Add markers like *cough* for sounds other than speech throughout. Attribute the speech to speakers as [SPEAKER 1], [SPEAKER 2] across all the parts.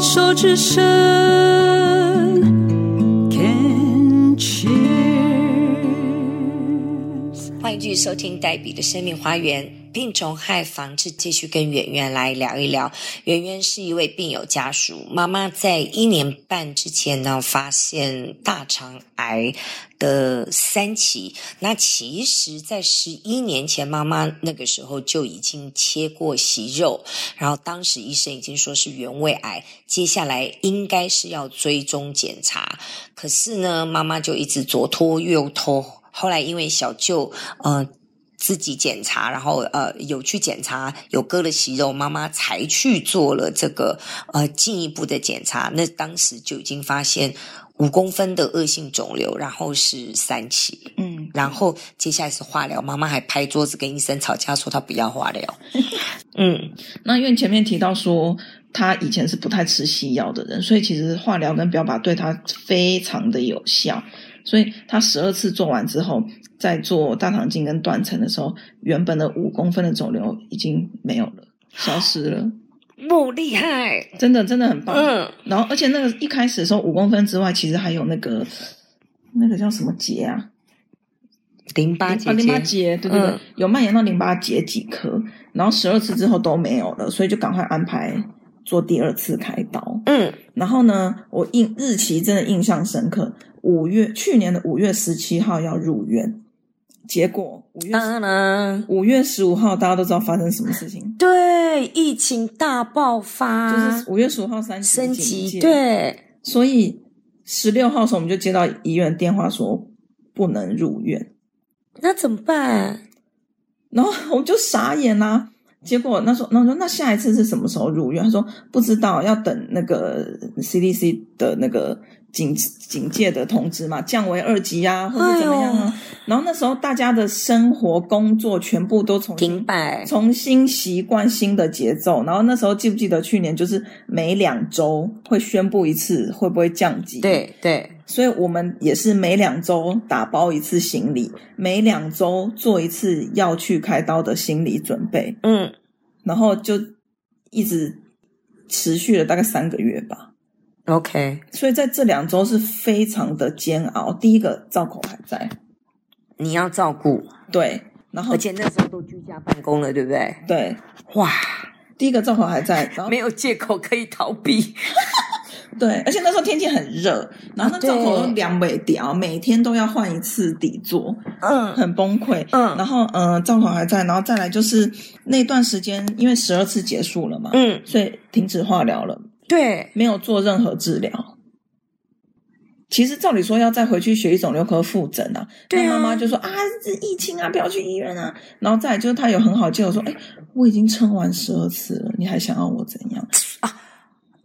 [SPEAKER 1] 手之声，Can cheers。
[SPEAKER 2] 欢迎继续收听黛比的生命花园。病虫害防治，继续跟圆圆来聊一聊。圆圆是一位病友家属，妈妈在一年半之前呢，发现大肠癌的三期。那其实，在十一年前，妈妈那个时候就已经切过息肉，然后当时医生已经说是原位癌，接下来应该是要追踪检查。可是呢，妈妈就一直左拖右拖。后来因为小舅，呃。自己检查，然后呃有去检查，有割了息肉，妈妈才去做了这个呃进一步的检查。那当时就已经发现五公分的恶性肿瘤，然后是三期，
[SPEAKER 3] 嗯，
[SPEAKER 2] 然后接下来是化疗。妈妈还拍桌子跟医生吵架，说她不要化疗。嗯，
[SPEAKER 3] 那因为前面提到说他以前是不太吃西药的人，所以其实化疗跟标靶对他非常的有效，所以他十二次做完之后。在做大肠镜跟断层的时候，原本的五公分的肿瘤已经没有了，消失了，
[SPEAKER 2] 不厉害，
[SPEAKER 3] 真的真的很棒。
[SPEAKER 2] 嗯，
[SPEAKER 3] 然后，而且那个一开始的时候，五公分之外，其实还有那个那个叫什么结啊？
[SPEAKER 2] 淋巴结
[SPEAKER 3] 啊，淋巴结，对对对，
[SPEAKER 2] 嗯
[SPEAKER 3] 有蔓延到淋巴结几颗，然后十二次之后都没有了，所以就赶快安排做第二次开刀。
[SPEAKER 2] 嗯
[SPEAKER 3] 然后呢，我印日期真的印象深刻，五月去年的五月十七号要入院，结果五月
[SPEAKER 2] 当然，
[SPEAKER 3] 五月十五号，大家都知道发生什么事情，
[SPEAKER 2] 对，疫情大爆发，
[SPEAKER 3] 就是五月十五号三级
[SPEAKER 2] 嗯升级，
[SPEAKER 3] 警戒，
[SPEAKER 2] 对，
[SPEAKER 3] 所以十六号的时候我们就接到医院电话说不能入院，
[SPEAKER 2] 那怎么办？
[SPEAKER 3] 然后我就傻眼啦、结果那时候，那我说那下一次是什么时候入院？他说不知道，要等那个 CDC 的那个警警戒的通知嘛，降为二级啊，或者怎么
[SPEAKER 2] 哎
[SPEAKER 3] 样啊。然后那时候大家的生活、工作全部都重新
[SPEAKER 2] 停摆，
[SPEAKER 3] 重新习惯新的节奏。然后那时候记不记得去年就是每两周会宣布一次会不会降级？，
[SPEAKER 2] 对对，
[SPEAKER 3] 所以我们也是每两周打包一次行李，每两周做一次要去开刀的心理准备，
[SPEAKER 2] 嗯，
[SPEAKER 3] 然后就一直持续了大概三个月吧。
[SPEAKER 2] OK，
[SPEAKER 3] 所以在这两周是非常的煎熬。第一个，造口还在，
[SPEAKER 2] 你要照顾，
[SPEAKER 3] 对，然后
[SPEAKER 2] 而且那时候都居家办公了，对不对？
[SPEAKER 3] 对，
[SPEAKER 2] 哇，
[SPEAKER 3] 第一个造口还在，然后
[SPEAKER 2] 没有借口可以逃避，
[SPEAKER 3] 对，而且那时候天气很热，然后那
[SPEAKER 2] 啊
[SPEAKER 3] 灶
[SPEAKER 2] 对
[SPEAKER 3] 口都凉尾调，每天都要换一次底座，
[SPEAKER 2] 嗯
[SPEAKER 3] 很崩溃。然
[SPEAKER 2] 嗯
[SPEAKER 3] 后，嗯、呃，灶口还在，然后再来就是那段时间，因为十二次结束了嘛，
[SPEAKER 2] 嗯，
[SPEAKER 3] 所以停止化疗了，
[SPEAKER 2] 对，
[SPEAKER 3] 没有做任何治疗。其实照理说要再回去血液肿瘤科复诊啊，
[SPEAKER 2] 对
[SPEAKER 3] 那
[SPEAKER 2] 啊
[SPEAKER 3] 妈妈就说啊，这疫情啊，不要去医院啊。然后再来就是她有很好借口说，哎，我已经撑完十二次了，你还想要我怎样？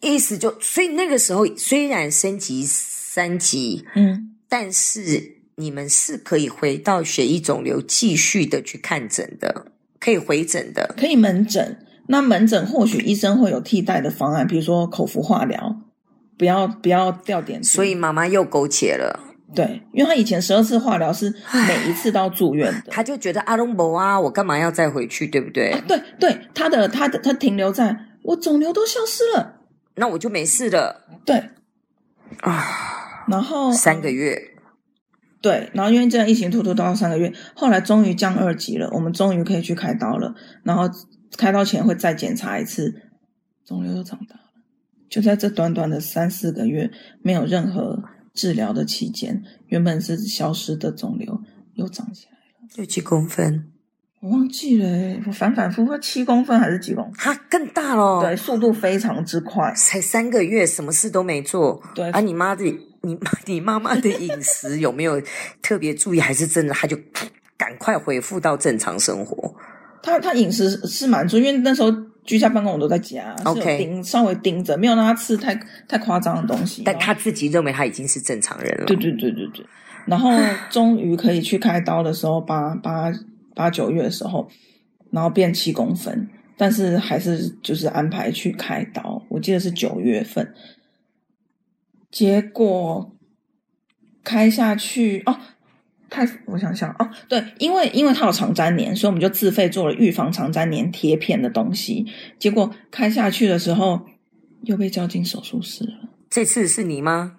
[SPEAKER 2] 意思就，所以那个时候虽然升级三级，
[SPEAKER 3] 嗯，
[SPEAKER 2] 但是你们是可以回到血液肿瘤继续的去看诊的，可以回诊的，
[SPEAKER 3] 可以门诊。那门诊或许医生会有替代的方案，比如说口服化疗，不要不要吊点滴。
[SPEAKER 2] 所以妈妈又苟且了。嗯
[SPEAKER 3] 对，因为他以前十二次化疗是每一次都要住院的。
[SPEAKER 2] 他就觉得阿隆博啊，我干嘛要再回去，对不对？
[SPEAKER 3] 对对，他的他的他停留在我肿瘤都消失了。
[SPEAKER 2] 那我就没事了
[SPEAKER 3] 对，
[SPEAKER 2] 啊。
[SPEAKER 3] 然后
[SPEAKER 2] 三个月，
[SPEAKER 3] 对，然后因为这样疫情拖拖到三个月，后来终于降二级了，我们终于可以去开刀了。然后开刀前会再检查一次，肿瘤又长大了。就在这短短的三四个月，没有任何治疗的期间，原本是消失的肿瘤又长起来了。
[SPEAKER 2] 有几公分？
[SPEAKER 3] 我忘记了欸、我反反复复七公分还是几公分？
[SPEAKER 2] 哈，更大咯。
[SPEAKER 3] 对，，速度非常之快。
[SPEAKER 2] 才三个月，什么事都没做。
[SPEAKER 3] 对
[SPEAKER 2] 啊，你妈的， *laughs* 你妈你妈妈的饮食有没有特别注意？还是真的，她就 *sniffs* 赶快恢复到正常生活？
[SPEAKER 3] 他他饮食是蛮注意，因为那时候居家办公我都在家是有
[SPEAKER 2] OK
[SPEAKER 3] 盯稍微盯着，没有让他吃太太夸张的东西。
[SPEAKER 2] 但
[SPEAKER 3] 然后
[SPEAKER 2] 她自己认为她已经是正常人了。
[SPEAKER 3] 啊对对对对对，然后终于可以去开刀的时候，八八八九月的时候，然后变七公分，但是还是就是安排去开刀，我记得是九月份，结果开下去哦。太，我想想哦，对，因为因为它有肠粘连，所以我们就自费做了预防肠粘连贴片的东西。结果开下去的时候，又被叫进手术室了。
[SPEAKER 2] 这次是你吗？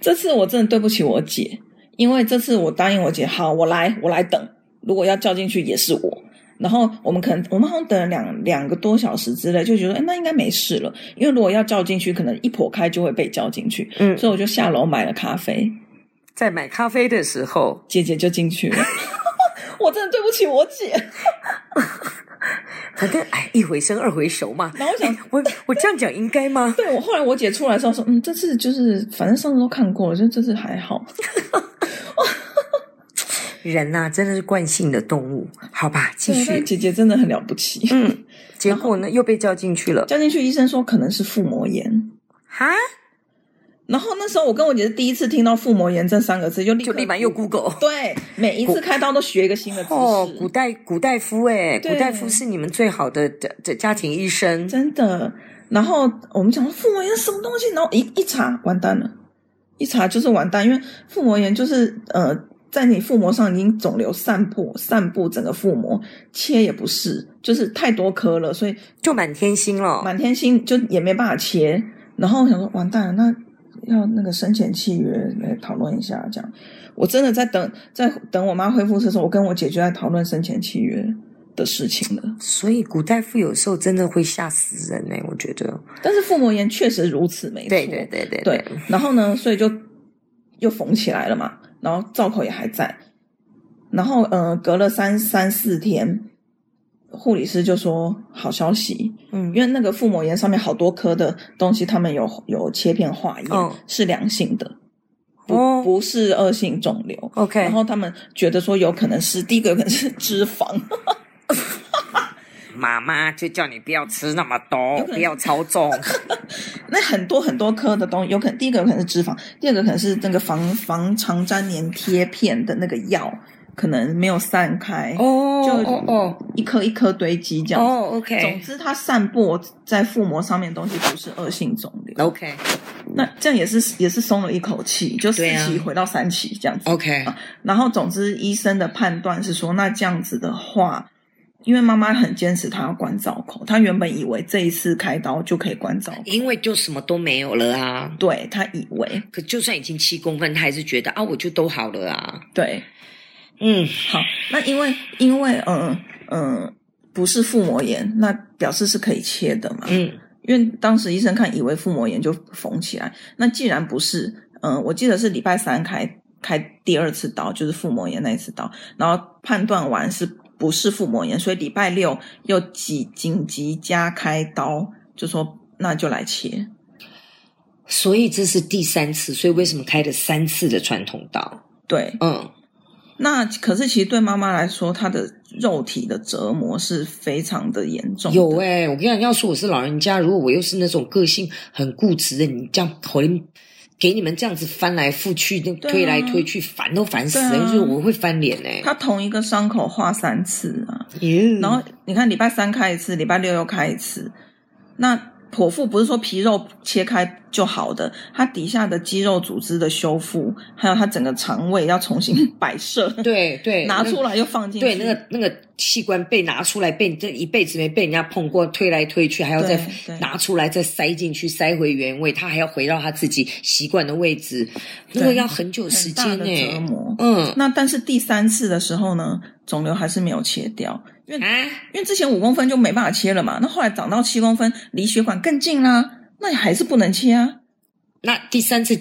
[SPEAKER 3] 这次我真的对不起我姐，因为这次我答应我姐，好，我来，我来等。如果要叫进去也是我。然后我们可能我们好像等了两两个多小时之类，就觉得哎那应该没事了，因为如果要叫进去，可能一破开就会被叫进去。
[SPEAKER 2] 嗯，
[SPEAKER 3] 所以我就下楼买了咖啡，
[SPEAKER 2] 在买咖啡的时候，
[SPEAKER 3] 姐姐就进去了。 *laughs* 我真的对不起我姐。
[SPEAKER 2] 反正哎，一回生二回熟嘛。
[SPEAKER 3] 然后我
[SPEAKER 2] *laughs*
[SPEAKER 3] 想
[SPEAKER 2] 哎我我这样讲应该吗？
[SPEAKER 3] 对我后来我姐出来之后说，嗯，这次就是反正上次都看过了，就这次还好。
[SPEAKER 2] 人呐、真的是惯性的动物，好吧，继
[SPEAKER 3] 对但
[SPEAKER 2] 续。
[SPEAKER 3] 姐姐真的很了不起。
[SPEAKER 2] 嗯，结果呢，又被叫进去了。
[SPEAKER 3] 叫进去，医生说可能是腹膜炎。
[SPEAKER 2] 哈，
[SPEAKER 3] 然后那时候我跟我姐是第一次听到腹膜炎这三个字，就立刻
[SPEAKER 2] 就立马又 Google。
[SPEAKER 3] 对，每一次开刀都学一个新的知识，
[SPEAKER 2] 哦，古代古大夫哎，
[SPEAKER 3] 对
[SPEAKER 2] 古大夫是你们最好的的的家庭医生。
[SPEAKER 3] 真的。然后我们讲腹膜炎是什么东西，然后一一查完蛋了，一查就是完蛋，因为腹膜炎就是呃，在你腹膜上已经肿瘤散布，散布整个腹膜，切也不是，就是太多颗了，所以
[SPEAKER 2] 就满天星了。
[SPEAKER 3] 满天星就也没办法切。然后我想说，完蛋了，那要那个生前契约来讨论一下，这样。我真的在等，在等我妈恢复的时候，我跟我姐就在讨论生前契约的事情了。
[SPEAKER 2] 所以古大夫有时候真的会吓死人哎、我觉得。
[SPEAKER 3] 但是腹膜炎确实如此，没错。
[SPEAKER 2] 对对对对
[SPEAKER 3] 对，然后呢，所以就又缝起来了嘛，然后造口也还在，然后呃，隔了三三四天，护理师就说好消息，
[SPEAKER 2] 嗯
[SPEAKER 3] 因为那个腹膜炎上面好多颗的东西，他们有有切片化验、
[SPEAKER 2] 嗯
[SPEAKER 3] 是良性的，不、
[SPEAKER 2] 哦
[SPEAKER 3] 不是恶性肿瘤。
[SPEAKER 2] OK
[SPEAKER 3] 然后他们觉得说有可能是第一个有可能是脂肪， *laughs*
[SPEAKER 2] 妈妈就叫你不要吃那么多
[SPEAKER 3] 有可，能
[SPEAKER 2] 不要超重。
[SPEAKER 3] 那很多很多颗的东西，有可能第一个有可能是脂肪，第二个可能是那个防防肠粘连贴片的那个药，可能没有散开，
[SPEAKER 2] 哦哦
[SPEAKER 3] 就
[SPEAKER 2] 哦
[SPEAKER 3] 一颗一颗堆积这样子。
[SPEAKER 2] 哦
[SPEAKER 3] 总
[SPEAKER 2] ，OK
[SPEAKER 3] 之，它散布在腹膜上面的东西不是恶性肿瘤，
[SPEAKER 2] OK
[SPEAKER 3] 那这样也是也是松了一口气，就四
[SPEAKER 2] 对啊
[SPEAKER 3] 期回到三期这样子。
[SPEAKER 2] OK，
[SPEAKER 3] 然后，总之医生的判断是说，那这样子的话，因为妈妈很坚持她要关造口，她原本以为这一次开刀就可以关造口，
[SPEAKER 2] 因为就什么都没有了啊。
[SPEAKER 3] 对她以为
[SPEAKER 2] 可就算已经七公分，他还是觉得啊，我就都好了啊。
[SPEAKER 3] 对。
[SPEAKER 2] 嗯，
[SPEAKER 3] 好，那因为因为嗯嗯不是腹膜炎，那表示是可以切的嘛。
[SPEAKER 2] 嗯，
[SPEAKER 3] 因为当时医生看以为腹膜炎就缝起来，那既然不是，嗯，我记得是礼拜三开开第二次刀，就是腹膜炎那一次刀，然后判断完是不是腹膜炎，所以礼拜六又紧紧急加开刀，就说那就来切。
[SPEAKER 2] 所以这是第三次，所以为什么开了三次的传统刀？
[SPEAKER 3] 对，
[SPEAKER 2] 嗯，
[SPEAKER 3] 那可是其实对妈妈来说，她的肉体的折磨是非常的严重的。
[SPEAKER 2] 有哎、我跟你讲，要是我是老人家，如果我又是那种个性很固执的，你这样口令给你们这样子翻来覆去，那
[SPEAKER 3] 对啊
[SPEAKER 2] 推来推去，烦都烦死了，
[SPEAKER 3] 对啊
[SPEAKER 2] 就是我会翻脸哎、
[SPEAKER 3] 他同一个伤口画三次啊，
[SPEAKER 2] 耶
[SPEAKER 3] 然后你看礼拜三开一次，礼拜六又开一次。那剖腹不是说皮肉切开就好的，它底下的肌肉组织的修复，还有它整个肠胃要重新 *laughs* 摆设，
[SPEAKER 2] 对对，
[SPEAKER 3] 拿出
[SPEAKER 2] 来。
[SPEAKER 3] 来又放进去。
[SPEAKER 2] 对，那个那个器官被拿出来，被你这一辈子没被人家碰过，推来推去，还要再
[SPEAKER 3] 对对
[SPEAKER 2] 拿出来，再塞进去，塞回原位，他还要回到他自己习惯的位置，那个
[SPEAKER 3] 对
[SPEAKER 2] 要很久时
[SPEAKER 3] 很
[SPEAKER 2] 间呢、
[SPEAKER 3] 大的折磨。
[SPEAKER 2] 嗯
[SPEAKER 3] 那但是第三次的时候呢，肿瘤还是没有切掉，因为
[SPEAKER 2] 啊，
[SPEAKER 3] 因为之前五公分就没办法切了嘛，那后来长到七公分，离血管更近啦，那你还是不能切啊。
[SPEAKER 2] 那第三次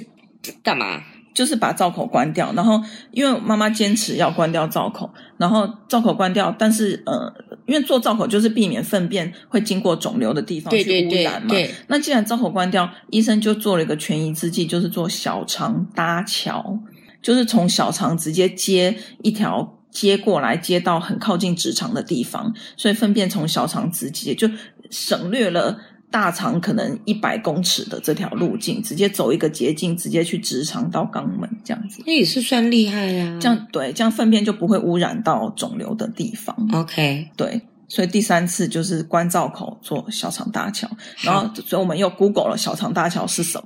[SPEAKER 2] 干嘛？
[SPEAKER 3] 就是把造口关掉，然后因为妈妈坚持要关掉造口，然后造口关掉，但是呃，因为做造口就是避免粪便会经过肿瘤的地方
[SPEAKER 2] 对对
[SPEAKER 3] 去污
[SPEAKER 2] 对
[SPEAKER 3] 染嘛。
[SPEAKER 2] 对，
[SPEAKER 3] 那既然造口关掉，医生就做了一个权宜之计，就是做小肠搭桥，就是从小肠直接接一条接过来，接到很靠近直肠的地方，所以粪便从小肠直接就省略了。大肠可能一百公尺的这条路径，直接走一个捷径，直接去直肠到肛门这样子，
[SPEAKER 2] 那也是算厉害呀、啊。
[SPEAKER 3] 这样对，这样粪便就不会污染到肿瘤的地方。
[SPEAKER 2] OK，
[SPEAKER 3] 对，所以第三次就是关照口做小肠搭桥，
[SPEAKER 2] 好
[SPEAKER 3] 然后所以我们又 Google 了小肠搭桥
[SPEAKER 2] *laughs*
[SPEAKER 3] 是什么，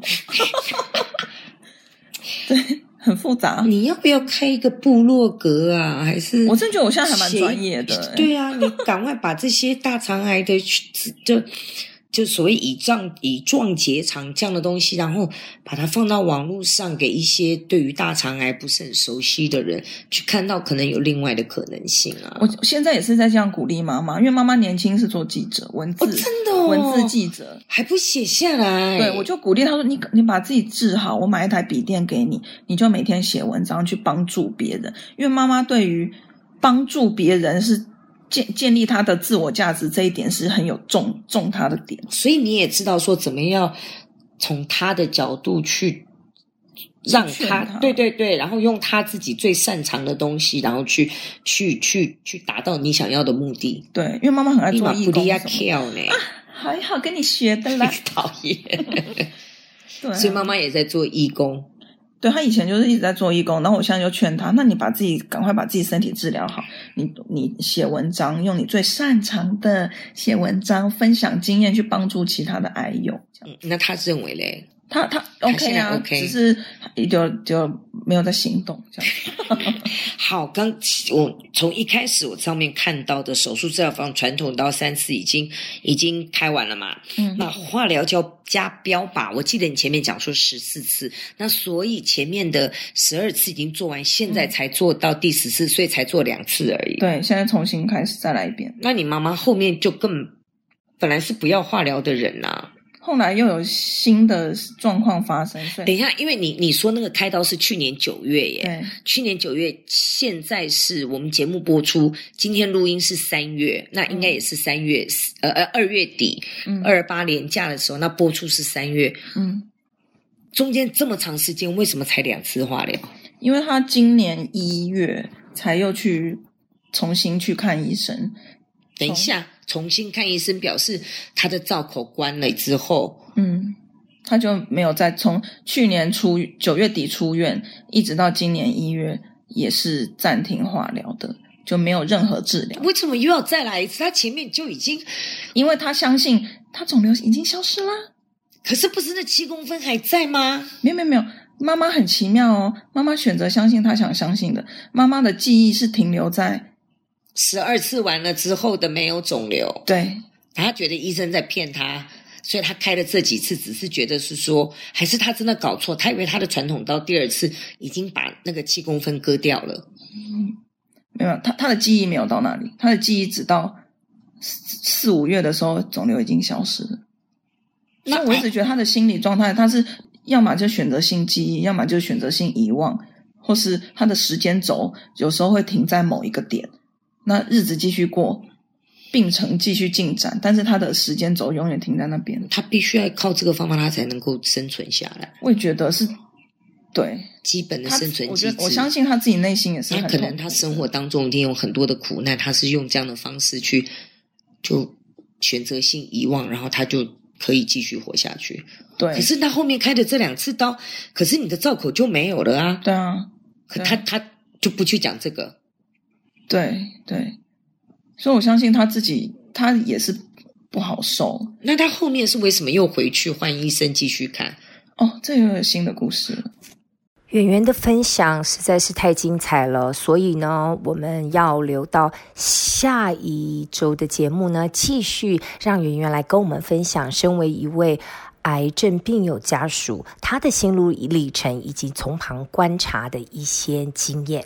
[SPEAKER 3] 对，很复杂。
[SPEAKER 2] 你要不要开一个部落格啊？还是
[SPEAKER 3] 啊我真觉得我现在还蛮专业的、哎
[SPEAKER 2] 对啊，你赶快把这些大肠癌的就就所谓乙状乙状结肠这样的东西，然后把它放到网络上，给一些对于大肠癌不是很熟悉的人去看到，可能有另外的可能性啊。
[SPEAKER 3] 我现在也是在这样鼓励妈妈，因为妈妈年轻是做记者，文字、
[SPEAKER 2] 哦真的哦
[SPEAKER 3] 文字记者。
[SPEAKER 2] 还不写下来？
[SPEAKER 3] 对，我就鼓励她说：“你你把自己治好，我买一台笔电给你，你就每天写文章去帮助别人。因为妈妈对于帮助别人是建建立她的自我价值这一点是很有重重她的点。
[SPEAKER 2] 所以你也知道说怎么样从他的角度去让
[SPEAKER 3] 劝
[SPEAKER 2] 他，
[SPEAKER 3] 他
[SPEAKER 2] 对对对，然后用他自己最擅长的东西，然后去去去去达到你想要的目的。
[SPEAKER 3] 对，因为妈妈很爱
[SPEAKER 2] 你
[SPEAKER 3] 做
[SPEAKER 2] 马
[SPEAKER 3] 义
[SPEAKER 2] 布
[SPEAKER 3] 工
[SPEAKER 2] 利亚
[SPEAKER 3] 什么的，啊
[SPEAKER 2] 跳呢？
[SPEAKER 3] 还好跟你学
[SPEAKER 2] *laughs*
[SPEAKER 3] 的啦。
[SPEAKER 2] 讨厌，
[SPEAKER 3] 对啊，
[SPEAKER 2] 所以妈妈也在做义工。
[SPEAKER 3] 对他以前就是一直在做义工，然后我现在就劝他，那你把自己赶快把自己身体治疗好，你你写文章，用你最擅长的写文章，分享经验去帮助其他的癌友。这样
[SPEAKER 2] 嗯，那他认为嘞，
[SPEAKER 3] 他他
[SPEAKER 2] 他
[SPEAKER 3] OK
[SPEAKER 2] 现在
[SPEAKER 3] 啊
[SPEAKER 2] OK
[SPEAKER 3] 只是就就没有在行动这样。
[SPEAKER 2] 好，刚我从一开始我上面看到的手术治疗房传统到三次已经已经开完了嘛，
[SPEAKER 3] 嗯，
[SPEAKER 2] 那化疗叫加标靶，我记得你前面讲说十四次，那所以前面的十二次已经做完，现在才做到第十次，所以才做两次而已。
[SPEAKER 3] 嗯对，现在重新开始再来一遍。
[SPEAKER 2] 那你妈妈后面就更本来是不要化疗的人啦、
[SPEAKER 3] 后来又有新的状况发生，所
[SPEAKER 2] 等
[SPEAKER 3] 以
[SPEAKER 2] 一下，因为你你说那个开刀是去年九月耶，
[SPEAKER 3] 对
[SPEAKER 2] 去年九月，现在是我们节目播出，今天录音是三月，那应该也是三月，呃呃二月底
[SPEAKER 3] 嗯
[SPEAKER 2] 二八年假的时候，那播出是三月，
[SPEAKER 3] 嗯，
[SPEAKER 2] 中间这么长时间，为什么才两次化疗？
[SPEAKER 3] 因为他今年一月才又去重新去看医生，
[SPEAKER 2] 等一下，重新看医生表示他的造口关了之后，
[SPEAKER 3] 嗯，他就没有再从去年出九月底出院，一直到今年一月也是暂停化疗的，就没有任何治疗，
[SPEAKER 2] 为什么又要再来一次？他前面就已经，
[SPEAKER 3] 因为他相信他肿瘤已经消失啦。
[SPEAKER 2] 可是不是那七公分还在吗？
[SPEAKER 3] 没有没有没有，妈妈很奇妙哦，妈妈选择相信她想相信的，妈妈的记忆是停留在
[SPEAKER 2] 十二次完了之后的没有肿瘤，
[SPEAKER 3] 对
[SPEAKER 2] 他觉得医生在骗他。所以他开了这几次，只是觉得是说，还是他真的搞错，他以为他的传统刀第二次已经把那个七公分割掉了。
[SPEAKER 3] 没有她她的记忆没有到那里，她的记忆直到四四五月的时候肿瘤已经消失了。
[SPEAKER 2] 那
[SPEAKER 3] 那我一直觉得他的心理状态，他是要么就选择性记忆，要么就选择性遗忘，或是他的时间轴有时候会停在某一个点，那日子继续过，病程继续进展，但是他的时间轴永远停在那边。
[SPEAKER 2] 他必须要靠这个方法，他才能够生存下来，
[SPEAKER 3] 我也觉得是，对
[SPEAKER 2] 基本的
[SPEAKER 3] 他
[SPEAKER 2] 生，存
[SPEAKER 3] 我
[SPEAKER 2] 机
[SPEAKER 3] 觉
[SPEAKER 2] 制。
[SPEAKER 3] 得我相信他自己内心也是很
[SPEAKER 2] 那可
[SPEAKER 3] 痛苦的，
[SPEAKER 2] 能他生活当中一定有很多的苦难，他是用这样的方式去就选择性遗忘，然后他就可以继续活下去。
[SPEAKER 3] 对
[SPEAKER 2] 可是他后面开的这两次刀，可是你的造口就没有了啊。
[SPEAKER 3] 对啊，
[SPEAKER 2] 可他他就不去讲这个，
[SPEAKER 3] 对对，所以我相信他自己，他也是不好受
[SPEAKER 2] 那他后面是为什么又回去换医生继续看？
[SPEAKER 3] 哦。这又有新的故事了。
[SPEAKER 4] 演员的分享实在是太精彩了，所以呢，我们要留到下一周的节目呢，继续让演员来跟我们分享，身为一位癌症病友家属，他的心路历程以及从旁观察的一些经验。